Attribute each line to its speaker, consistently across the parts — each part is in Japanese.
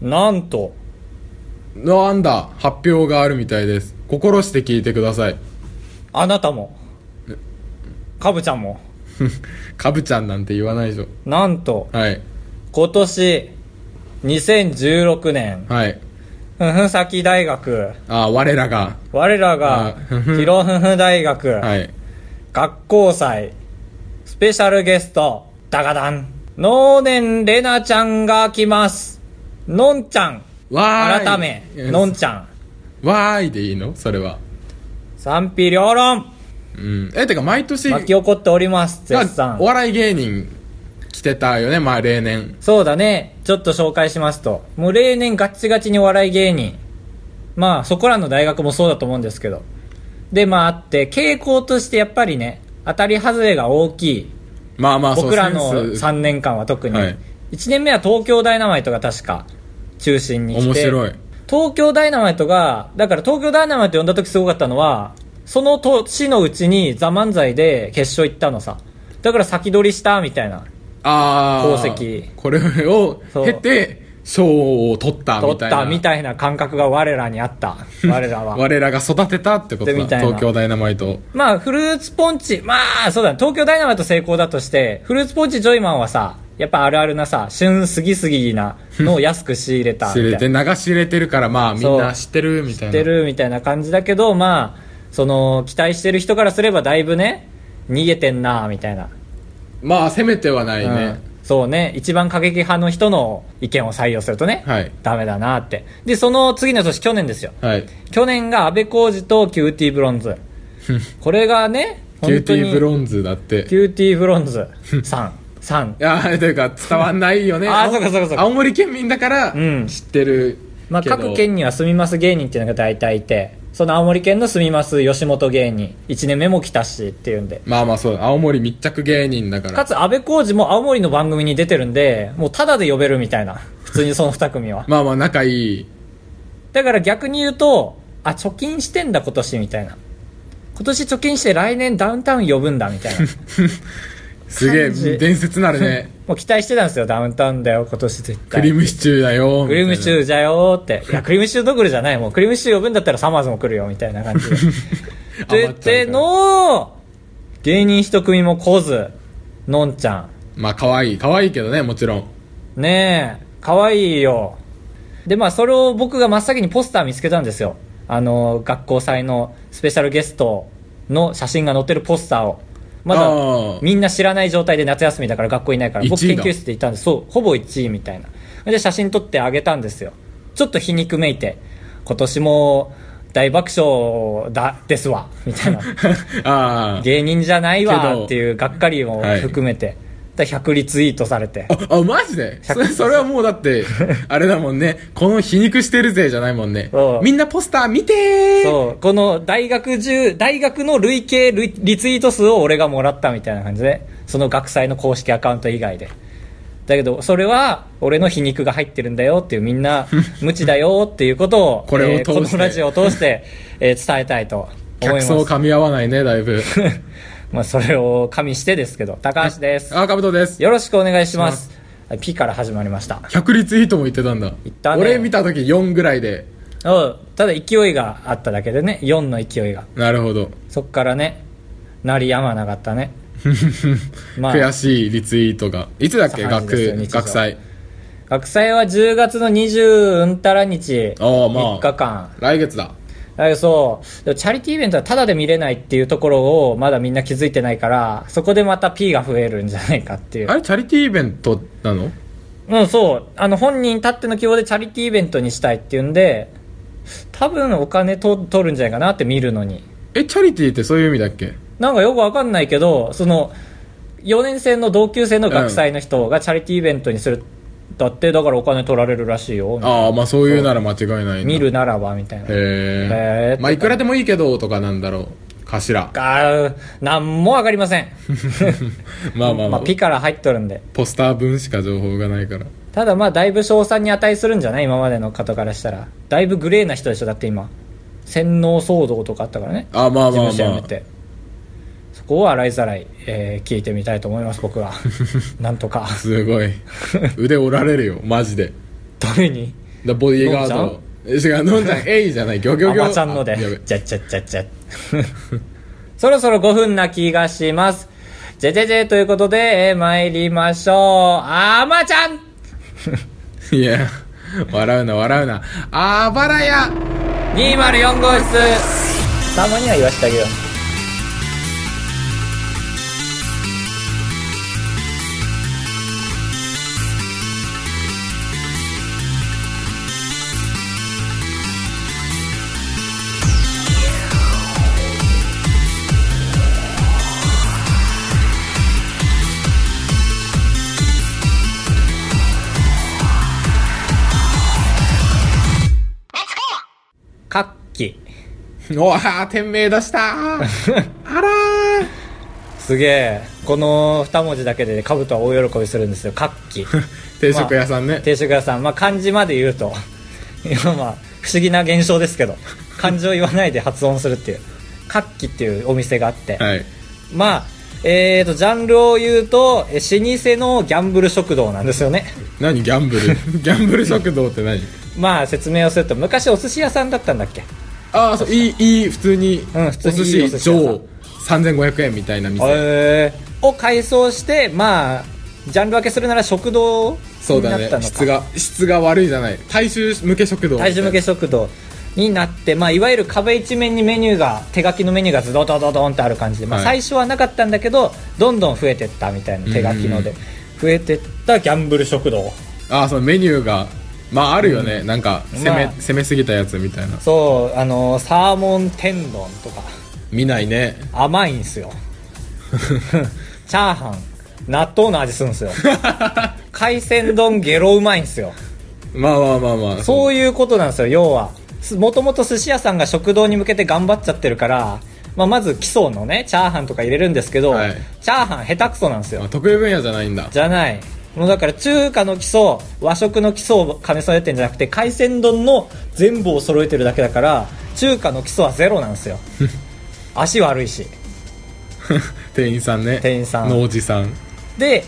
Speaker 1: なんと
Speaker 2: なんだ発表があるみたいです心して聞いてください
Speaker 1: あなたもかぶちゃんも
Speaker 2: かぶちゃんなんて言わないでしょ
Speaker 1: なんと
Speaker 2: はい
Speaker 1: 今年2016年
Speaker 2: はい
Speaker 1: ふんふん先大学
Speaker 2: あ我らが
Speaker 1: 我らが
Speaker 2: あ
Speaker 1: ひろふんふん大学、
Speaker 2: はい
Speaker 1: 学校祭スペシャルゲストダガダン能年玲奈ちゃんが来ますのんちゃん
Speaker 2: わーい
Speaker 1: 改め
Speaker 2: うん
Speaker 1: のんちゃん
Speaker 2: わーいでいいのそれは
Speaker 1: 賛否両論
Speaker 2: うんえてか毎年
Speaker 1: 巻き起こっております
Speaker 2: まあ
Speaker 1: 絶賛
Speaker 2: お笑い芸人来てたよねまあ例年
Speaker 1: そうだねちょっと紹介しますともう例年ガッチガチにお笑い芸人まあそこらの大学もそうだと思うんですけどでまああって傾向としてやっぱりね当たり外れが大きい
Speaker 2: まあまあそう
Speaker 1: 僕らの
Speaker 2: センス
Speaker 1: 3年間は特に、
Speaker 2: はい
Speaker 1: 1年目は東京ダイナマイトが確か中心に来て
Speaker 2: 面白い
Speaker 1: 東京ダイナマイトがだから東京ダイナマイト呼んだ時すごかったのはその年のうちに「ザ漫才で決勝行ったのさだから先取りしたみたいな
Speaker 2: ああ
Speaker 1: 功績
Speaker 2: これを
Speaker 1: そう
Speaker 2: 経て賞を取った
Speaker 1: 取
Speaker 2: み
Speaker 1: った
Speaker 2: い
Speaker 1: た
Speaker 2: な
Speaker 1: みたいな感覚が我らにあ った我らは
Speaker 2: 我らが育てたってことだ
Speaker 1: みたいな
Speaker 2: 東京ダイナマイト
Speaker 1: まあフルーツポンチまあそうだね東京ダイナマイト成功だとしてフルーツポンチジョイマンはさやっぱあるあるなさ旬すぎすぎなのを安く仕入れたみた
Speaker 2: 知
Speaker 1: い
Speaker 2: れ
Speaker 1: な
Speaker 2: て流し入れてるからまあみんな知ってるみたい
Speaker 1: 知っ
Speaker 2: な
Speaker 1: てるみたいな感じだけどまあその期待してる人からすればだいぶね逃げてんなみたいな、
Speaker 2: まあ攻めてはないね、
Speaker 1: うんそうね一番過激派の人の意見を採用するとね、
Speaker 2: はい
Speaker 1: ダメだなってでその次の年去年ですよ
Speaker 2: はい
Speaker 1: 去年が安倍浩二とキューティーブロンズ これがね
Speaker 2: キューティーブ
Speaker 1: ン
Speaker 2: ロンズだって
Speaker 1: キューティーブロンズ3 3
Speaker 2: いやーというか伝わんないよね
Speaker 1: あーそうかそうかそうか
Speaker 2: 青森県民だから
Speaker 1: うん
Speaker 2: 知ってる、
Speaker 1: まあ、
Speaker 2: けど
Speaker 1: 各県には住みます芸人っていうのが大体いてその青森県の住みます吉本芸人1年目も来たしっていうんで
Speaker 2: まあまあそうだ青森密着芸人だから
Speaker 1: かつ安倍浩二も青森の番組に出てるんでもうタダで呼べるみたいな普通にその2組 は
Speaker 2: まあまあ仲いい
Speaker 1: だから逆に言うとあ貯金してんだ今年みたいな今年貯金して来年ダウンタウン呼ぶんだみ たいな
Speaker 2: すげえ
Speaker 1: 感じ
Speaker 2: 伝説なる ね
Speaker 1: もう期待してたんですよダウンタウンだよ今年絶
Speaker 2: ク
Speaker 1: 対
Speaker 2: リームシチューだよ
Speaker 1: クリームシチ
Speaker 2: ー
Speaker 1: ューじゃよーっていやクリームシチューどころじゃないもうクリームシチュー呼ぶんだったらサマーズも来るよみたいな感 じでと言っての芸人一組も来ずのんちゃん
Speaker 2: まあ可愛い可愛いけどねもちろん
Speaker 1: ねえ可愛いよでまあそれを僕が真っ先にポスター見つけたんですよあの学校祭のスペシャルゲストの写真が載ってるポスターをま
Speaker 2: あ
Speaker 1: だ
Speaker 2: ー
Speaker 1: みんな知らない状態で夏休みだから学校いないから僕
Speaker 2: 一位
Speaker 1: 研
Speaker 2: だ
Speaker 1: 究室でいたんでそうほぼ1位みたいなで写真撮ってあげたんですよちょっと皮肉めいて今年も大爆笑だですわみたい な
Speaker 2: あー
Speaker 1: 芸人じゃない
Speaker 2: け
Speaker 1: わ
Speaker 2: ど
Speaker 1: っていうがっかりも含めて、だから100リツイートされて
Speaker 2: ああマジでそ
Speaker 1: 100%
Speaker 2: れそれはもうだってあれだもんねこの皮肉してるぜじゃないもんね
Speaker 1: そう
Speaker 2: みんなポスター見てー
Speaker 1: そう、この大学中、大学の累計リリツイート数を俺がもらったみたいな感じで、その学祭の公式アカウント以外で。だけど、それは俺の皮肉が入ってるんだよっていう、みんな無知だよっていうことを、
Speaker 2: これを
Speaker 1: えー
Speaker 2: 通して
Speaker 1: このラジオを通して、えー伝えたいと思いま
Speaker 2: 客
Speaker 1: す。
Speaker 2: 層噛み合わないねだいぶ
Speaker 1: まあ、それを加味してですけど、高橋です。
Speaker 2: あかぶとです
Speaker 1: よろしくお願いします。はいピから始まりました。
Speaker 2: 100リツイートも言ってたんだ
Speaker 1: 言ったね
Speaker 2: 俺見た時4ぐらいで
Speaker 1: うんただ勢いがあっただけでね、4の勢いが。
Speaker 2: なるほど
Speaker 1: そっからね、鳴りやまなかった ね。まあ
Speaker 2: 悔しいリツイートがいつだっけ
Speaker 1: そんな感じですよ
Speaker 2: 学
Speaker 1: 日常
Speaker 2: 学祭
Speaker 1: 学祭は10月の20うんたら日、
Speaker 2: ああまあ
Speaker 1: 3日間。
Speaker 2: 来月だ
Speaker 1: だけどそう、でもチャリティーイベントはタダで見れないっていうところをまだみんな気づいてないから、そこでまた P が増えるんじゃないかっていう
Speaker 2: あ。れチャリティーイベントなの
Speaker 1: うん、そう。あの、本人たっての希望でチャリティーイベントにしたいっていうんで、多分お金と取るんじゃないかなって見るのに。
Speaker 2: えチャリティーってそういう意味だっけ
Speaker 1: なんかよくわかんないけど、その、4年生の同級生の学祭の人がチャリティーイベントにする、だって、だからお金取られるらしいよ。みたいな
Speaker 2: ああまあそういうなら間違いないな
Speaker 1: 見るならば、みたいな。へ
Speaker 2: へ
Speaker 1: ー
Speaker 2: えまあいくらでもいいけどとかなんだろうかしら
Speaker 1: かなんもわかりません
Speaker 2: まあまあ、ま
Speaker 1: ま
Speaker 2: あ
Speaker 1: あ、ピから入っとるんで
Speaker 2: ポスター分しか情報がないから
Speaker 1: ただまあだいぶ賞賛に値するんじゃない今までの方からしたらだいぶグレーな人でしょだって今洗脳騒動とかあったからね
Speaker 2: あまあまあま
Speaker 1: 事務所辞め
Speaker 2: あ
Speaker 1: てそこを洗いざらい、えー聞いてみたいと思います僕 はなんとか
Speaker 2: すごい腕折られるよマジで
Speaker 1: どれに
Speaker 2: だボディーガー
Speaker 1: のんち
Speaker 2: ドえ違うのんちゃん A じゃないギョギョ
Speaker 1: あ
Speaker 2: ギョ
Speaker 1: まちゃんので
Speaker 2: あやべ、
Speaker 1: じゃっちゃっちゃっ ちゃ。そろそろ5分な気がします。じゃじゃじゃということで、えー参りましょう。あまちゃん
Speaker 2: いや笑うな笑うなあばらや
Speaker 1: !204 号室たまには言わしてあげよう。活気。
Speaker 2: おあ店名出した あらー
Speaker 1: すげえ。この2文字だけで、ね、カブトは大喜びするんですよ。活 気。
Speaker 2: 定食屋さんね、
Speaker 1: 定食屋さん、まあ、漢字まで言うと今まあ不思議な現象ですけど漢字を言わないで発音するっていう活気っていうお店があって、
Speaker 2: はい
Speaker 1: まあえー、とジャンルを言うとえー老舗のギャンブル食堂なんですよね
Speaker 2: 何ギャンブル ギャンブル食堂って何
Speaker 1: まあ説明をすると昔お寿司屋さんだったんだっけ
Speaker 2: ああそういいいい普通に,、
Speaker 1: うん普通にいいお寿
Speaker 2: お寿
Speaker 1: 司
Speaker 2: 司
Speaker 1: 屋さん
Speaker 2: 上3500円みたいな店
Speaker 1: えーを改装してまあジャンル分けするなら食堂に
Speaker 2: そうだ
Speaker 1: なっ
Speaker 2: ね
Speaker 1: たのか
Speaker 2: 質が質が悪いじゃない大衆向け食堂
Speaker 1: 大衆向け食堂になって、まあ、いわゆる壁一面にメニューが手書きのメニューがズドドドドンってある感じで、まあ、
Speaker 2: はい
Speaker 1: 最初はなかったんだけど、どんどん増えてったみたいな手書きので増えてったギャンブル食堂
Speaker 2: ああそのメニューがまああるよね、なんか攻め,、
Speaker 1: まあ
Speaker 2: 攻めすぎたやつみたいな
Speaker 1: そうあのサーモン天丼とか
Speaker 2: 見ないね
Speaker 1: 甘いんす よチャーハン納豆の味するん すよ海鮮丼ゲロうまいんすよ
Speaker 2: まあまあまあまあ
Speaker 1: そういうことなんですよ要はすもともと寿司屋さんが食堂に向けて頑張っちゃってるから、まあ、まず基礎のねチャーハンとか入れるんですけど、
Speaker 2: はい
Speaker 1: チャーハン下手くそなんですよ
Speaker 2: あ得意分野じゃないんだ
Speaker 1: じゃないもうだから中華の基礎和食の基礎を兼ね添えてんじゃなくて海鮮丼の全部を揃えてるだけだから中華の基礎はゼロなん ですよ足悪いし
Speaker 2: 店員さんね
Speaker 1: 店員さん
Speaker 2: のおじさん
Speaker 1: で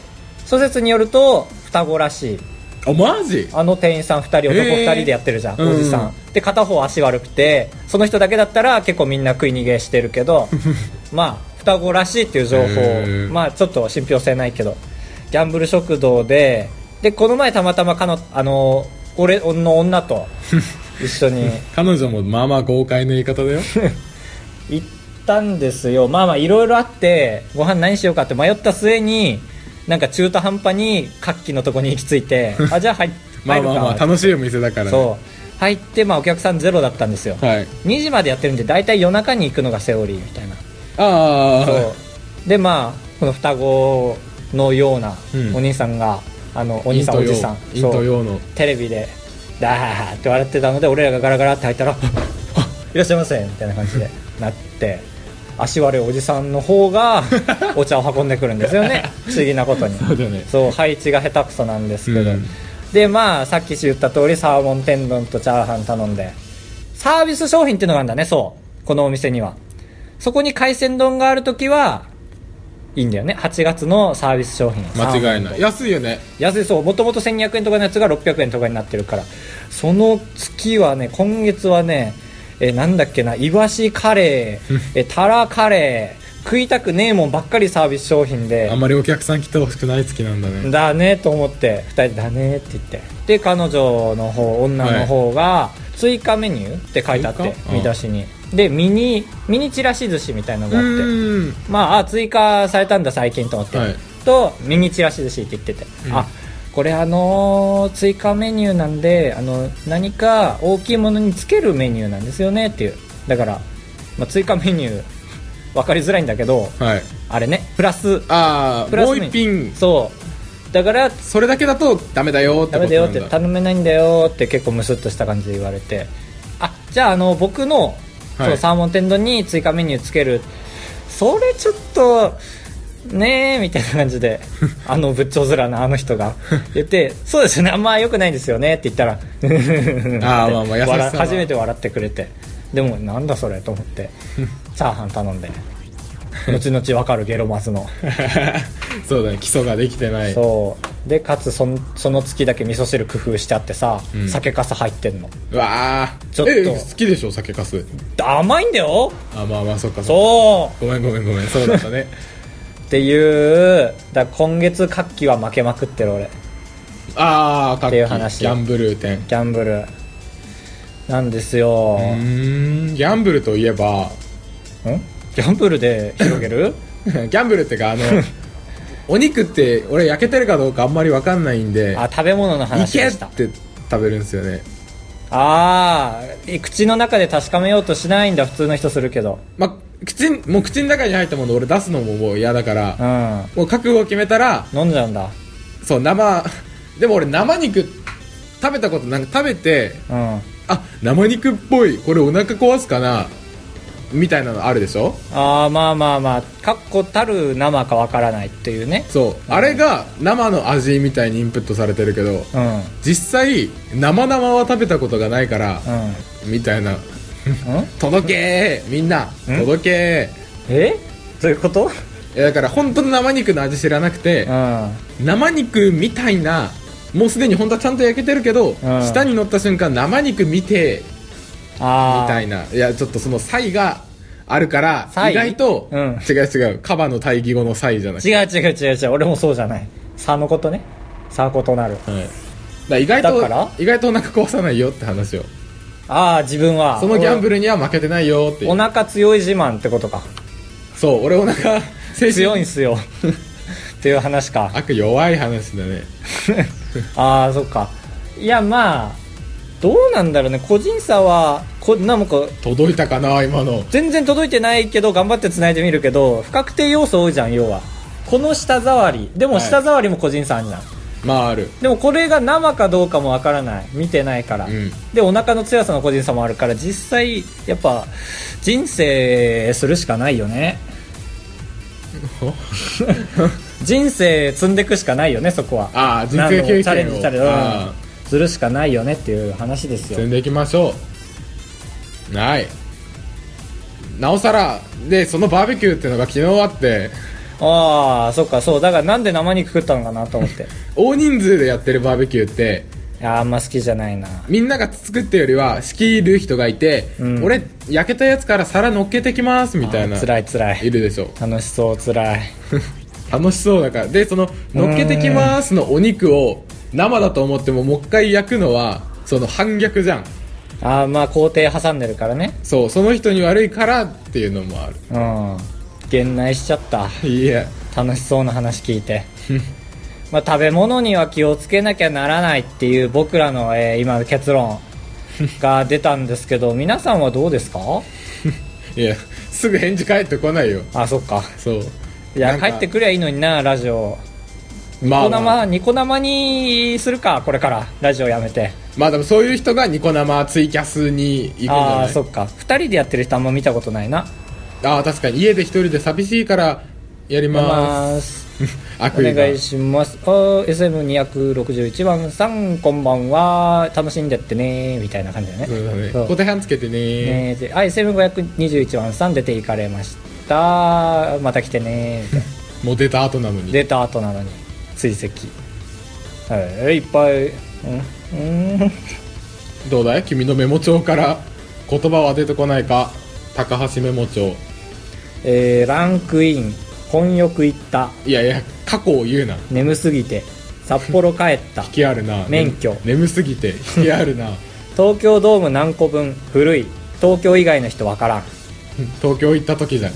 Speaker 1: 諸説によると双子らしい
Speaker 2: あマジ
Speaker 1: あの店員さん2人男
Speaker 2: へー
Speaker 1: 2人でやってるじゃん、
Speaker 2: うん
Speaker 1: おじさんで片方足悪くてその人だけだったら結構みんな食い逃げしてるけ どまあ双子らしいっていう情報、
Speaker 2: へー
Speaker 1: まあちょっと信憑性ないけどギャンブル食堂ででこの前たまたまかのあの俺の女 と一緒に
Speaker 2: 彼女もまあまあ豪快な言い方 だよ
Speaker 1: 行ったんですよまあまあいろいろあってご飯何しようかって迷った末になんか中途半端に活気のとこに行き着い てあじゃあ入っ
Speaker 2: ま
Speaker 1: 入
Speaker 2: あ
Speaker 1: るか
Speaker 2: まあまあ楽しいお店だからね
Speaker 1: そう入って、まあ、お客さんゼロだったんですよ、
Speaker 2: はい
Speaker 1: 2時までやってるんで大体夜中に行くのがセオリーみたいな
Speaker 2: ああ
Speaker 1: そうでまあこの双子のような
Speaker 2: うん
Speaker 1: お兄さんが、あのお兄さんおじさん
Speaker 2: イン
Speaker 1: そ
Speaker 2: ト
Speaker 1: う
Speaker 2: 用の
Speaker 1: テレビでダーって笑ってたので俺らがガラガラって入ったらあ 「いらっしゃいませ」みたいな感じ でなって足悪いおじさんの方 がお茶を運んでくるんですよね不思議なことに
Speaker 2: そうだよね
Speaker 1: そう配置が下手くそなんですけど、
Speaker 2: うん
Speaker 1: でまあさっき言った通りサーモン天丼とチャーハン頼んでサービス商品っていうのがあるんだねそうこのお店にはそこに海鮮丼がある時はいいんだよね8月のサービス商品
Speaker 2: 間違い
Speaker 1: サーモン
Speaker 2: な
Speaker 1: 丼
Speaker 2: い安いよね
Speaker 1: 安いそうもともと1200円とかのやつが600円とかになってるからその月はね今月はねえーなんだっけなイワシカレーえータラカレー食いたくねえもんばっかりサービス商品で
Speaker 2: あんまりお客さん来てほしくない月なんだね
Speaker 1: だねと思って2人でだねって言ってで彼女の方女の方が追加メニューって書いてあって
Speaker 2: 追加
Speaker 1: 見出しにでミニミニちらし寿司みたいの
Speaker 2: う
Speaker 1: があって
Speaker 2: ーん
Speaker 1: まああ追加されたんだ最近と思って、
Speaker 2: はい
Speaker 1: とミニチラシ寿司って言ってて、
Speaker 2: うん
Speaker 1: あこれあのー追加メニューなんであの何か大きいものにつけるメニューなんですよねっていうだから、まあ、追加メニュー分かりづらいんだけど
Speaker 2: はい
Speaker 1: あれねプラス
Speaker 2: あ
Speaker 1: プ
Speaker 2: あ
Speaker 1: ラス
Speaker 2: もう一品
Speaker 1: そうだから
Speaker 2: それだけだとダメだよって
Speaker 1: ダ
Speaker 2: こ
Speaker 1: メ
Speaker 2: と
Speaker 1: だよ
Speaker 2: な
Speaker 1: っ
Speaker 2: ん
Speaker 1: て
Speaker 2: だ
Speaker 1: 頼めないんだよって結構ムスッとした感じで言われてあじゃああの僕の、
Speaker 2: はい
Speaker 1: そうサーモン天丼に追加メニューつけるそれちょっとねえみたいな感じで あの仏頂面なあの人が言ってそうですよねあんま良くないですよねって言ったら
Speaker 2: あーまあまあ優しさは
Speaker 1: 笑初めて笑ってくれてでもなんだそれ と思ってチャーハン頼んで後々わかるゲロマズの
Speaker 2: そうだね基礎ができてない
Speaker 1: そうでかつそんその月だけ味噌汁工夫してあってさ、
Speaker 2: ん
Speaker 1: 酒かす入ってんの
Speaker 2: うわあ
Speaker 1: ちょっと
Speaker 2: え好きでしょ酒かす
Speaker 1: 甘いんだよ
Speaker 2: あまあまあそっかう
Speaker 1: そ
Speaker 2: ごめんごめんごめんそうだっ たね
Speaker 1: うっていうだから今月活気は負けまくってる俺
Speaker 2: ああかっ
Speaker 1: っ
Speaker 2: き
Speaker 1: て
Speaker 2: ギ
Speaker 1: いう話
Speaker 2: ャンブル店
Speaker 1: ギャンブルなんですよ、
Speaker 2: うーんギャンブルといえば
Speaker 1: んギャンブルで広げる
Speaker 2: ギャンブルっ てかあのお肉って俺焼けてるかどうかあんまりわかんないんで
Speaker 1: あ食べ物の
Speaker 2: い
Speaker 1: 話
Speaker 2: け
Speaker 1: で
Speaker 2: っ
Speaker 1: した
Speaker 2: て食べるんですよね
Speaker 1: ああ口の中で確かめようとしないんだ普通の人するけど
Speaker 2: まあ口んもう口の中に入ったもの俺出すのももう嫌だから
Speaker 1: うん
Speaker 2: もう覚悟を決めたら
Speaker 1: 飲んじゃうんだ
Speaker 2: そう生でも俺生肉食べたことなんか食べて
Speaker 1: うん
Speaker 2: あ生肉っぽいこれお腹壊すかなみたいなのあるでしょ
Speaker 1: ああまあまあまあかっこたる生かわからないっていうね
Speaker 2: そうあれが生の味みたいにインプットされてるけど
Speaker 1: うんうん
Speaker 2: 実際生々は食べたことがないからみたい
Speaker 1: う
Speaker 2: な
Speaker 1: ん
Speaker 2: 届けーみんなん届け
Speaker 1: えどういうこと
Speaker 2: ーいやだから本当の生肉の味知らなくて
Speaker 1: うん
Speaker 2: 生肉みたいなもうすでに本当はちゃんと焼けてるけど、舌に乗った瞬間生肉見て
Speaker 1: あ
Speaker 2: みたい
Speaker 1: な
Speaker 2: ないやちょっとその「才」があるから
Speaker 1: 才
Speaker 2: 意外と、
Speaker 1: うん
Speaker 2: 違う違うカバの対義語の「才」じゃない、
Speaker 1: 違う違う違う違う俺もそうじゃない差のことね差ことなる
Speaker 2: はい、だから意外と
Speaker 1: だから
Speaker 2: 意外とお腹壊さないよって話を
Speaker 1: ああ自分は
Speaker 2: そのギャンブ
Speaker 1: ル
Speaker 2: ルには負けてないよっていう
Speaker 1: お腹強い自慢ってことか
Speaker 2: そう俺お腹精
Speaker 1: 強い
Speaker 2: 神
Speaker 1: ん すよっていう話か
Speaker 2: 悪弱い話だね
Speaker 1: ああそっかいやまあどうなんだろうね個人差はこなんか
Speaker 2: 届いたかな今の
Speaker 1: 全然届いてないけど頑張って繋いでみるけど不確定要素多いじゃん要はこの舌触りでも
Speaker 2: はい
Speaker 1: 舌触りも個人差あるじゃん、
Speaker 2: まあある
Speaker 1: でもこれが生かどうかもわからない見てないから、
Speaker 2: うん
Speaker 1: でお腹の強さの個人差もあるから実際やっぱ人生するしかないよね 人生積んでいくしかないよねそこは
Speaker 2: ああ人
Speaker 1: 何
Speaker 2: 生
Speaker 1: 度もチ
Speaker 2: 経
Speaker 1: ャレン
Speaker 2: 験
Speaker 1: ジ
Speaker 2: を
Speaker 1: したり
Speaker 2: あ
Speaker 1: うんするしかないよねっていう話です
Speaker 2: あ積
Speaker 1: よ
Speaker 2: んでいきましょうはいなおさらでそのバーベキューっていうのが昨日あって
Speaker 1: ああそっかそうだからなんで生肉食ったのかなと思 って
Speaker 2: 大人数でやってるバーベキューって
Speaker 1: いやあんま好きじゃないな
Speaker 2: みんなが作ってよりは仕切る人がいて、
Speaker 1: うん
Speaker 2: 俺焼けたやつから皿乗っけてきますみたいな
Speaker 1: つらいつら
Speaker 2: い
Speaker 1: い
Speaker 2: るでしょ
Speaker 1: 楽しそうつらい
Speaker 2: 楽しそうだからでその乗っけてきますのお肉を生だと思ってももう一回焼くのはその反逆じゃん
Speaker 1: ああまあ工程挟んでるからね
Speaker 2: そうその人に悪いからっていうのもある
Speaker 1: うん減内しちゃった
Speaker 2: いや
Speaker 1: 楽しそうな話聞い てまあ食べ物には気をつけなきゃならないっていう僕らの、えー今の結 論が出たんですけど皆さんはどうですか
Speaker 2: いやすぐ返事返ってこないよ
Speaker 1: あそっか
Speaker 2: そう
Speaker 1: い
Speaker 2: な
Speaker 1: や
Speaker 2: んか
Speaker 1: 帰ってくりゃいいのになラジオニ
Speaker 2: ま
Speaker 1: コ
Speaker 2: あ、まあ、
Speaker 1: 生ニコ生にするかこれからラジオやめて
Speaker 2: まあでもそういう人がニコ生ツイキャスに行くんじゃ
Speaker 1: あ
Speaker 2: な
Speaker 1: あ
Speaker 2: い
Speaker 1: そっか2人でやってる人あんま見たことないな
Speaker 2: ああ確かに家で一人で寂しいからやりま
Speaker 1: まあす
Speaker 2: す
Speaker 1: お
Speaker 2: 悪意が
Speaker 1: 願いしますあー SM261 番さんこんばんは楽しんでってねみたいな感じだね
Speaker 2: そうだね
Speaker 1: そう
Speaker 2: 小手半つけてね
Speaker 1: ねではい SM521 番さん出て行かれましたまた来てねみたいな
Speaker 2: もう出た後なのに
Speaker 1: 出た後なのに追跡はいいっぱいうんうん
Speaker 2: どうだい君のメモ帳から言葉は出てこないか高橋メモ帳
Speaker 1: えーランクイン混浴行った
Speaker 2: いやいや過去を言うな
Speaker 1: 眠すぎて札幌帰った
Speaker 2: 引きあるな
Speaker 1: 免許
Speaker 2: 眠眠すぎて引きあるな
Speaker 1: 東京ドーム何個分古い東京以外の人わからん
Speaker 2: 東京行った 時じゃん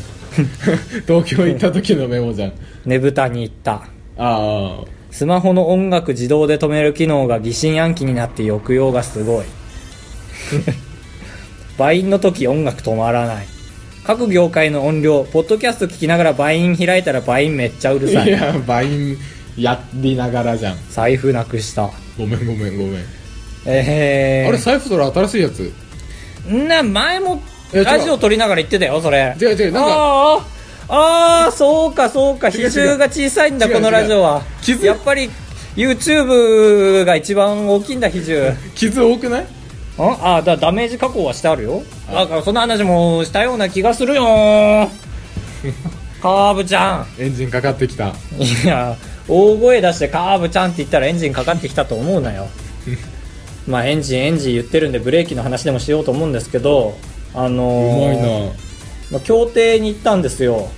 Speaker 2: 東京行った時のメモじゃん
Speaker 1: ねぶたに行った
Speaker 2: ああ
Speaker 1: スマホの音楽自動で止める機能が疑心暗鬼になって抑揚がすごい バインの時音楽止まらない各業界の音量ポッドキャスト聞きながらバイン開いたらバインめっちゃうるさ
Speaker 2: い
Speaker 1: い
Speaker 2: やバインやりながらじゃん
Speaker 1: 財布なくした
Speaker 2: ごめんごめんごめん、
Speaker 1: えー、
Speaker 2: あれ財布それ新しいやつ
Speaker 1: な前も
Speaker 2: いや違う
Speaker 1: ラジオ撮りながら言ってたよそれ
Speaker 2: 違う違うなんか
Speaker 1: あーあーそうかそうか
Speaker 2: 違う違う
Speaker 1: 比重が小さいんだ
Speaker 2: 違う違
Speaker 1: こ
Speaker 2: う
Speaker 1: のラジオは
Speaker 2: 気づい
Speaker 1: やっぱり YouTube が一番大きいんだ比重ん
Speaker 2: 傷多くない
Speaker 1: あだダメージ加工はしてあるよ
Speaker 2: あ
Speaker 1: だ からそんな話もしたような気がするよカーブちゃん
Speaker 2: エンジンかかってきた
Speaker 1: いや大声出してカーブちゃんって言ったらエンジンかかってきたと思うな よまあエンジンエンジン言ってるんでブレーキの話でもしようと思うんですけどあ
Speaker 2: う
Speaker 1: の
Speaker 2: まい
Speaker 1: ー
Speaker 2: な
Speaker 1: まあ競艇に行ったんですよ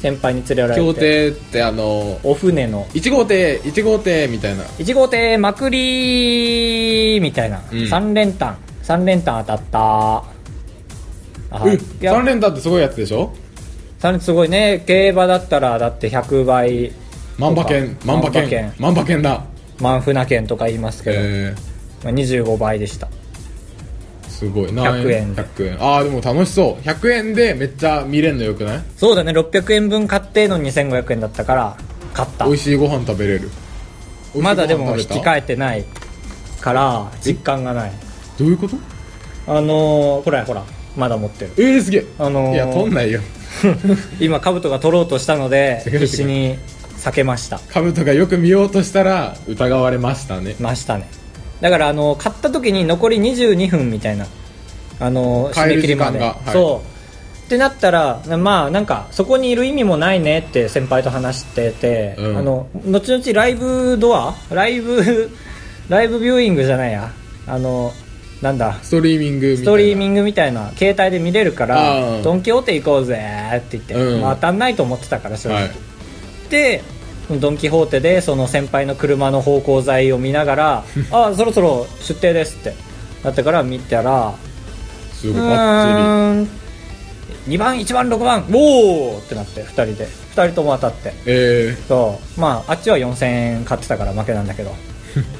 Speaker 1: 先輩に連れられて
Speaker 2: 協定ってあの
Speaker 1: お船の
Speaker 2: 1号艇1号艇みたいな
Speaker 1: 1号艇まくりみたいな、
Speaker 2: うん
Speaker 1: 3連単3連単当たったあ
Speaker 2: うん
Speaker 1: いや
Speaker 2: 3連単ってすごいやつでしょ
Speaker 1: 三連すごいね競馬だったらだって100倍
Speaker 2: 万馬券
Speaker 1: とか
Speaker 2: 万馬
Speaker 1: 万馬券
Speaker 2: 券万馬券だ
Speaker 1: 万船券とか言いますけど、
Speaker 2: え
Speaker 1: まあ25倍でした
Speaker 2: ー、すごい
Speaker 1: 100円
Speaker 2: 100円ああでも楽しそう100円でめっちゃ見れんのよくない
Speaker 1: そうだね600円分買っての2500円だったから買った
Speaker 2: 美味しいご飯食べれる
Speaker 1: まだでも引き換
Speaker 2: え
Speaker 1: えてないから実感がない
Speaker 2: どういうこと
Speaker 1: あのー、ほらほらまだ持って る
Speaker 2: えー、すげえ、
Speaker 1: あのー
Speaker 2: いや取んないよ
Speaker 1: 今カブトが取ろうとしたので
Speaker 2: 違う違う
Speaker 1: 必死に避けました
Speaker 2: カブトがよく見ようとしたら疑われましたね
Speaker 1: ましたねだからあの買った時に残り22分みたいなあの締
Speaker 2: 買え
Speaker 1: め
Speaker 2: る
Speaker 1: 切りまで、
Speaker 2: 時間がはい
Speaker 1: そうってなったらまあなんかそこにいる意味もないねって先輩と話してて、
Speaker 2: うん
Speaker 1: あの後々ライブドアライブ ライブビューイングじゃないやあのなんだ
Speaker 2: ストリーミングみたいな
Speaker 1: ストリーミ
Speaker 2: ン
Speaker 1: ングみたいな携帯で見れるか
Speaker 2: あ
Speaker 1: ら
Speaker 2: ー
Speaker 1: ドン・キホーテ行こうぜって言って、
Speaker 2: うん
Speaker 1: まあ当たんないと思ってたから正直、
Speaker 2: はい
Speaker 1: でドン・キホーテでその先輩の車の方向剤を見なが ら「あそろそろ出廷です」ってなってから見たら「
Speaker 2: す
Speaker 1: う
Speaker 2: ごいバッチ
Speaker 1: ーん2番1番6番おお!」ってなって2人で2人とも当たって
Speaker 2: リえ
Speaker 1: そうまああっちは4000円買ってたから負けなんだけ ど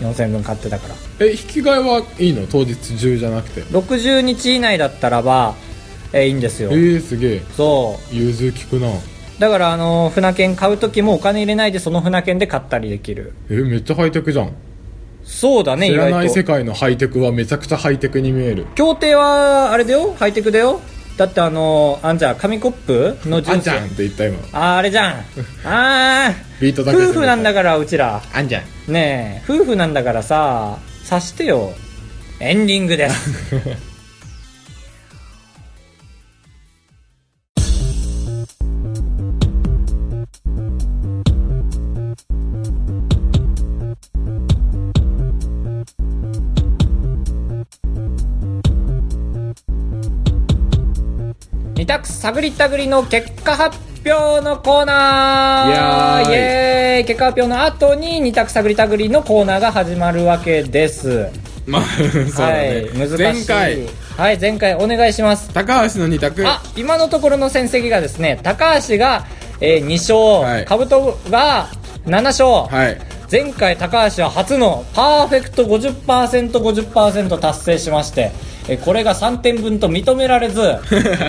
Speaker 1: 4000円分買ってたから
Speaker 2: ー、え引き換えはいいの当日中じゃなくて
Speaker 1: 60日以内だったらば、えーいいんですよ
Speaker 2: えー、すげえ
Speaker 1: そう
Speaker 2: 融通聞くな
Speaker 1: だからあの船券買う時もお金入れないでその船券で買ったりできる
Speaker 2: えめっちゃハイテクじゃん
Speaker 1: そうだね
Speaker 2: 知
Speaker 1: 意
Speaker 2: らな
Speaker 1: 外
Speaker 2: い世
Speaker 1: と
Speaker 2: 界のハイテクはめちゃくちゃハイテクに見える
Speaker 1: 協定はあれだよハイテクだよだってあのあんじゃん紙コップの
Speaker 2: あん
Speaker 1: 純
Speaker 2: ち
Speaker 1: 正
Speaker 2: ゃんって言った今
Speaker 1: ああれじゃん ああ
Speaker 2: ビートだけ
Speaker 1: 夫婦なんだからうちら
Speaker 2: あんちゃん
Speaker 1: ねえ夫婦なんだからさ察してよエンディングです二択探り探りの結果発表のコーナー
Speaker 2: イエーイ
Speaker 1: イエーイえー結果発表の後に二択探り探りのコーナーが始まるわけです。
Speaker 2: まあ そうだね、
Speaker 1: はい、難しい。
Speaker 2: 前回
Speaker 1: はい、前回お願いします。
Speaker 2: 高橋の二択
Speaker 1: あ、今のところの戦績がですね、高橋が、えー、2
Speaker 2: は
Speaker 1: 勝、
Speaker 2: い
Speaker 1: カブトが7勝、
Speaker 2: はい
Speaker 1: 前回高橋は初のパーフェクト 50%50% 達成しまして、えーこれが3点分と認められ ず、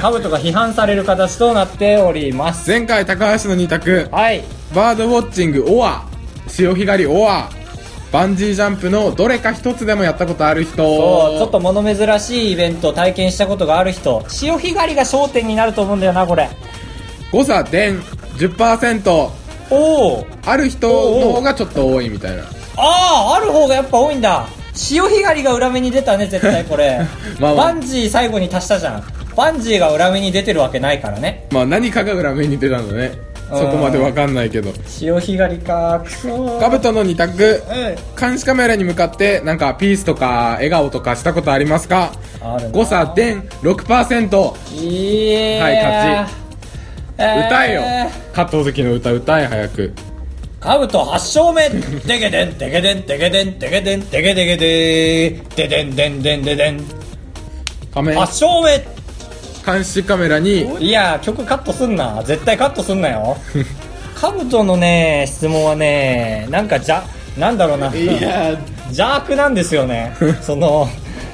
Speaker 1: カブトが批判される形となっております。
Speaker 2: 前回高橋の二択
Speaker 1: はい、
Speaker 2: バードウォッチングオア潮干狩りオアバンジージャンプのどれか一つでもやったことある人
Speaker 1: そうちょっと物珍しいイベントを体験したことがある人潮干狩りが焦点になると思うんだよなこれ
Speaker 2: 誤差点10%
Speaker 1: おお
Speaker 2: ある人の方がちょっと多いみたいな
Speaker 1: ああある方がやっぱ多いんだ潮干狩りが裏目に出たね絶対これ
Speaker 2: まあまあ
Speaker 1: バンジー最後に足したじゃんバンジーが裏目に出てるわけないからね
Speaker 2: まあ何かが裏目に出たんだね
Speaker 1: うん
Speaker 2: そこまでわかんないけど
Speaker 1: 潮干狩りかくそー
Speaker 2: カブトの二択
Speaker 1: うん
Speaker 2: 監視カメラに向かってなんかピースとか笑顔とかしたことありますか
Speaker 1: あるな
Speaker 2: 誤差点6%
Speaker 1: いえー、
Speaker 2: はい勝
Speaker 1: ち、
Speaker 2: 歌えよ加藤関の歌歌え早く
Speaker 1: カブト8勝目デゲデンデゲデンデゲデンデゲデンデゲデゲデーデデンデンデンデデン
Speaker 2: 仮面
Speaker 1: 8勝目
Speaker 2: 監視カメラに
Speaker 1: いや曲カットすんな絶対カットすんな よカブトのね質問はねなんかじゃなんだろうな邪
Speaker 2: や
Speaker 1: 悪なんですよ ねその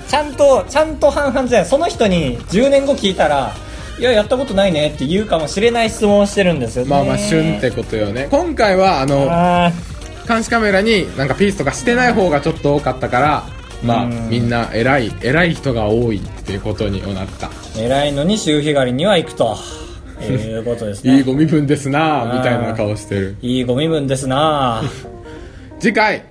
Speaker 1: ちゃんとちゃんと半々じゃないその人に10年後聞いたらいややったことないねって言うかもしれない質問をしてるんですよね
Speaker 2: まあまあ旬ってことよね今回はあの
Speaker 1: あ
Speaker 2: 監視カメラになんかピースとかしてない方がちょっと多かったからまあ
Speaker 1: うん
Speaker 2: みんな偉い偉い人が多いっていうことになった
Speaker 1: ー偉いのに潮干狩りには行くということですね
Speaker 2: いいご身分ですな
Speaker 1: あー
Speaker 2: みたいな顔してる
Speaker 1: いいご身分です な
Speaker 2: 次回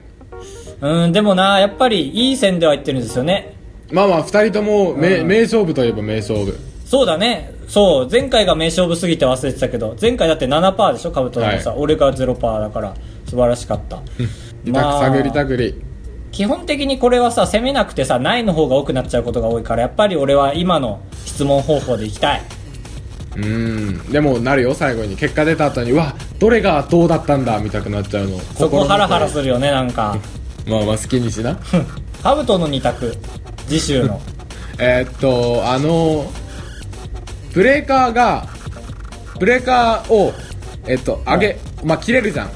Speaker 1: うんでもなやっぱりいい線では言ってるんですよね
Speaker 2: まあまあ2人とも名,、名勝負といえば名勝負
Speaker 1: そうだねそう前回が名勝負すぎて忘れてたけど前回だって7%でしょカブトのさ、
Speaker 2: は
Speaker 1: 俺が0%だから素晴らしかった
Speaker 2: 痛く探り探り、
Speaker 1: 基本的にこれはさ攻めなくてさないの方が多くなっちゃうことが多いからやっぱり俺は今の質問方法でいきたい
Speaker 2: うんでもなるよ最後に結果出た後にうわどれがどうだったんだみたくなっちゃうの
Speaker 1: そこハラハラす
Speaker 2: る
Speaker 1: るよねなんか
Speaker 2: まあまあ好きにしな
Speaker 1: カブトの2択次週の
Speaker 2: えーっとあのブレーカーがブレーカーをえっと上げまあ切れるじゃん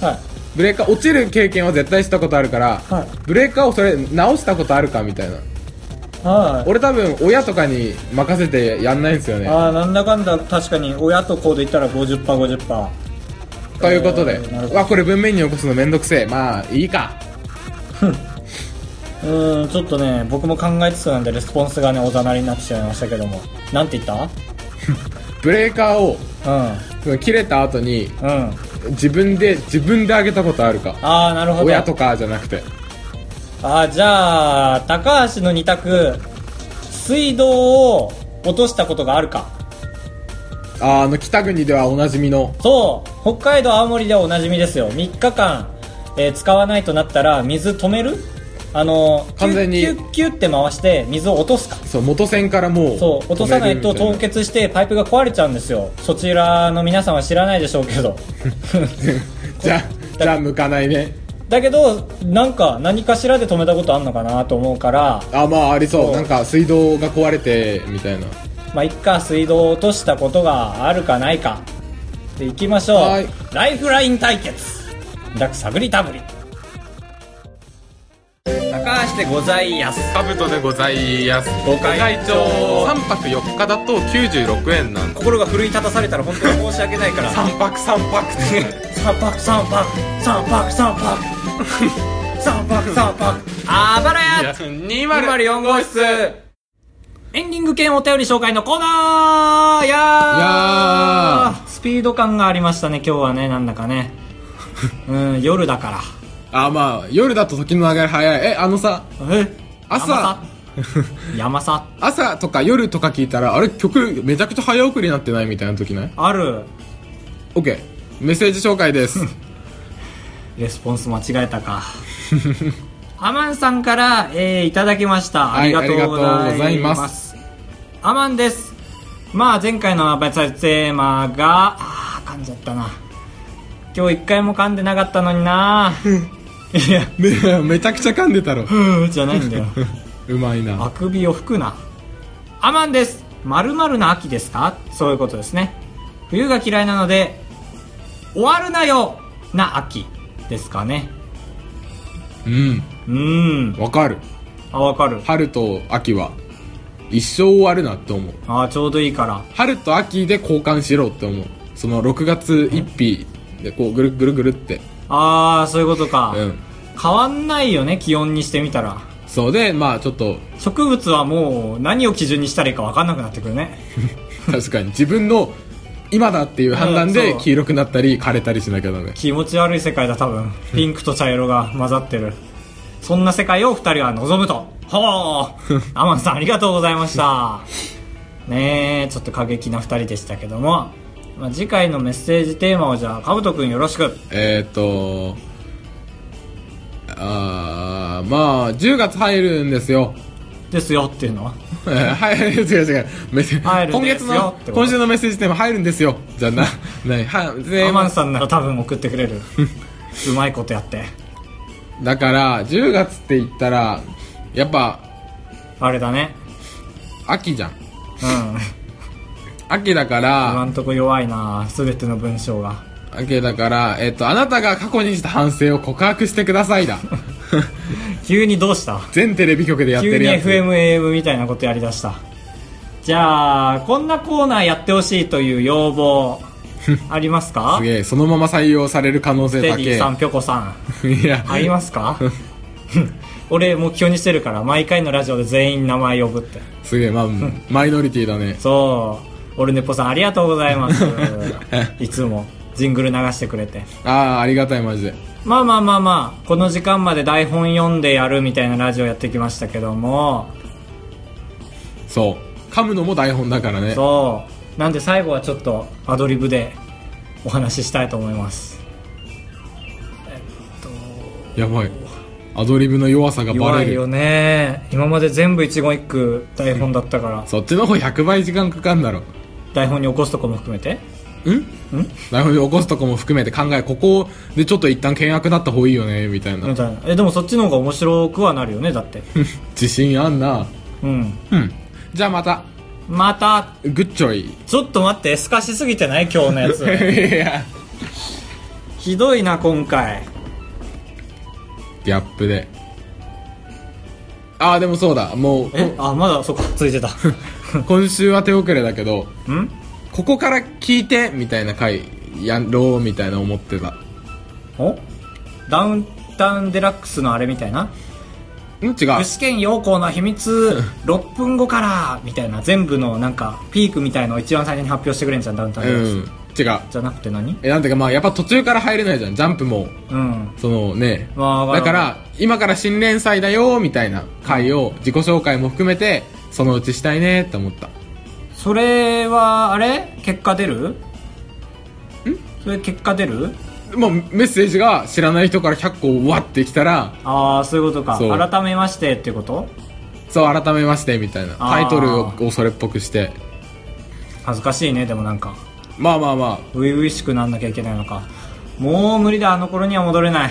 Speaker 1: はい
Speaker 2: ブレーカー落ちる経験は絶対したことあるから、
Speaker 1: はい
Speaker 2: ブレーカーをそれ直したことあるかみたいな
Speaker 1: はい
Speaker 2: 俺多分親とかに任せてやんないんですよね
Speaker 1: ああなんだかんだ確かに親と子で言ったら 50%50%
Speaker 2: ということで、
Speaker 1: えーなるほど
Speaker 2: わこれ文面に起こすのめんどくせえまあいいか
Speaker 1: うーんちょっとね僕も考えつつなんでレスポンスがねおざなりになってしまいましたけどもなんて言った
Speaker 2: ブレーカーを
Speaker 1: うん
Speaker 2: その切れた後に
Speaker 1: うん
Speaker 2: 自分で自分で上げたことあるか
Speaker 1: ああなるほど
Speaker 2: 親とかじゃなくて
Speaker 1: ああじゃあ高橋の2択水道を落としたことがあるか
Speaker 2: あーあの北国ではおなじみの
Speaker 1: そう北海道青森ではおなじみですよ3日間、えー使わないとなったら水止めるあのー
Speaker 2: 完全に
Speaker 1: キュッキュッキュッって回して水を落とすか
Speaker 2: そう元栓からもう
Speaker 1: そう落とさないと
Speaker 2: 止め
Speaker 1: 凍
Speaker 2: るみた
Speaker 1: 結してパイプが壊れちゃうんですよそちらの皆さんは知らないでしょうけ ど
Speaker 2: じゃあじゃあ向かないね
Speaker 1: だけどなんか何かしらで止めたことあんのかなと思うから
Speaker 2: あーまあありそ
Speaker 1: そうう
Speaker 2: なんか水道が壊れてみたいな
Speaker 1: まあいっか水道を落としたことがあるかないかでいきましょう
Speaker 2: はい
Speaker 1: ライフライン対決だく探りたぶり高橋でございやす
Speaker 2: カブトでございます
Speaker 1: ご会長
Speaker 2: 3泊4日だと96円なん
Speaker 1: 心が奮い立たされたら本当に申し訳ないから
Speaker 2: 3泊3泊って
Speaker 1: 三泊三泊三泊三 泊三泊三泊あばらや204号室エンディング兼お便り紹介のコーナーやー
Speaker 2: や
Speaker 1: スピード感がありましたね今日はねなんだかねうん夜だか
Speaker 2: あまあ夜だと時の流れ早いえあのさ
Speaker 1: らえ
Speaker 2: 朝
Speaker 1: 山さ
Speaker 2: 朝とか夜とか聞いたらあれ曲めちゃくちゃ早送りになってないみたいな時ない
Speaker 1: ある
Speaker 2: OK メッセージ紹 介です
Speaker 1: レスポンス間違えた かアマンさんから、えーいただきました、
Speaker 2: はい
Speaker 1: ありがとうございます
Speaker 2: ありがとうございま
Speaker 1: アマンですまあ前回のバイトテーマがあー噛んじゃったな今日一回も噛んでなかったのに ないや
Speaker 2: め めちゃくちゃ噛んでたろ
Speaker 1: ふーじゃないんだよ
Speaker 2: うまい
Speaker 1: あ
Speaker 2: な
Speaker 1: くびを吹くなアマンですまるな秋ですかそういうことですね冬が嫌いなので終わるなよな秋ですかね
Speaker 2: うん
Speaker 1: うーん
Speaker 2: わかる
Speaker 1: あわかる
Speaker 2: 春と秋は一生終わるなって思う
Speaker 1: あちょうどいいから
Speaker 2: 春と秋で交換しろって思うその6月1日でこうぐるぐるぐるって
Speaker 1: ああそういうことか、
Speaker 2: うん
Speaker 1: 変わんないよね気温にしてみたら
Speaker 2: そうでまあちょっと
Speaker 1: 植物はもう何を基準にしたらいいか分かんなくなってくるね
Speaker 2: 確かに自分の今だっていう判断
Speaker 1: う
Speaker 2: で
Speaker 1: んそう
Speaker 2: 黄色くなったり枯れたりしなきゃダメ
Speaker 1: 気持ち悪い世界だ多分ピンクと茶色が混ざってるそんな世界を二人は望むとほうアマンさんありがとうございましたねえちょっと過激な二人でしたけども、まあ、次回のメッセージテーマをじゃあかぶとくんよろしく
Speaker 2: えー、っとあーまあ10月入るんですよ
Speaker 1: ですよっていうのは
Speaker 2: えーはい、違う違う。メッセ
Speaker 1: 入る
Speaker 2: 今
Speaker 1: んで
Speaker 2: 月
Speaker 1: すよ
Speaker 2: の
Speaker 1: ってこと、
Speaker 2: 今週のメッセージテーマ入るんですよ。じゃあな、 ない、は、で
Speaker 1: アマンさんなら多分送ってくれるうまいことやって
Speaker 2: だから、10月って言ったら、やっぱ、
Speaker 1: あれだね
Speaker 2: 秋じゃん。
Speaker 1: うん
Speaker 2: 秋だか
Speaker 1: 今
Speaker 2: ら、
Speaker 1: んとこ弱いな全ての文章が
Speaker 2: 秋だから、えっと、あなたが過去にした反省を告白してくださいだ。
Speaker 1: 急にどうした
Speaker 2: 全テレビ局でやって
Speaker 1: 急
Speaker 2: る
Speaker 1: に
Speaker 2: やつ。
Speaker 1: FMAM みたいなことやりだしたじゃあこんなコーナーやってほしいという要 望ありますか
Speaker 2: すげえ、そのまま採用される可能性
Speaker 1: テデ
Speaker 2: だけ。
Speaker 1: ィさんぴょこさん
Speaker 2: いや、
Speaker 1: あります か俺目標にしてるから毎回のラジオで全員名前呼ぶって
Speaker 2: すげえ、まあ、マイノリティだね。
Speaker 1: そう俺ねぽさんありがとうございます いつもジングル流してくれて
Speaker 2: ああ、ありがたい、マジで。
Speaker 1: まあまあまあまあこの時間まで台本読んでやるみたいなラジオやってきましたけども
Speaker 2: そ噛むのも台本だからね
Speaker 1: そうなんで最後はちょっとアドリブでお話ししたいと思います
Speaker 2: やばいアドリブの弱さがバ
Speaker 1: 弱
Speaker 2: レ
Speaker 1: い
Speaker 2: る
Speaker 1: よね今まで全部一言一句台本だったから
Speaker 2: そっちの方100倍時間かかんだろ
Speaker 1: 台本に起こすとこも含めて
Speaker 2: ん台本で起こすとこも含めて考えここでちょっと一旦険悪だった方がいいよねみたいな、
Speaker 1: みたいなえでもそっちの方が面白くはなるよねだって
Speaker 2: 自信あんな
Speaker 1: うん
Speaker 2: うんじゃあまた
Speaker 1: また
Speaker 2: グッチョイ
Speaker 1: ちょっと待ってすかしすぎてない今日のやつ
Speaker 2: いや
Speaker 1: ひどいな今回
Speaker 2: ギャップでああでもそうだもうこ
Speaker 1: えあまだそこついてた
Speaker 2: 今週は手遅れだけど
Speaker 1: ん
Speaker 2: ここから聞いてみたいな回やろうみたいな思ってた
Speaker 1: おダウンタウンデラックスのあれみたいなん
Speaker 2: 違う
Speaker 1: 具志堅陽光の秘密6分 後からみたいな全部のなんかピークみたいのを一番最初に発表してくれんじゃんダウンタウン
Speaker 2: う
Speaker 1: デラックス、
Speaker 2: ん違う
Speaker 1: じゃなくて何
Speaker 2: えなんていうかまあやっぱ途中から入れないじゃんジャンプも
Speaker 1: うん
Speaker 2: そのね、
Speaker 1: まあわ
Speaker 2: だ
Speaker 1: か
Speaker 2: からら今から新連載だよみたいな回を自己紹介も含めてそのうちしたいねって思った
Speaker 1: それはあれ結果出るんそれ結果出る
Speaker 2: もうメッセージが知らない人から100個わってきたら
Speaker 1: ああそういうことか
Speaker 2: そう
Speaker 1: 改めましてってこと
Speaker 2: そう改めましてみたいな
Speaker 1: あ
Speaker 2: タ
Speaker 1: ー
Speaker 2: イトルををそれっぽくして
Speaker 1: 恥ずかしいねでもなんか
Speaker 2: まあまあまあ
Speaker 1: 初々しくなんなきゃいけないのかもう無理だあの頃には戻れない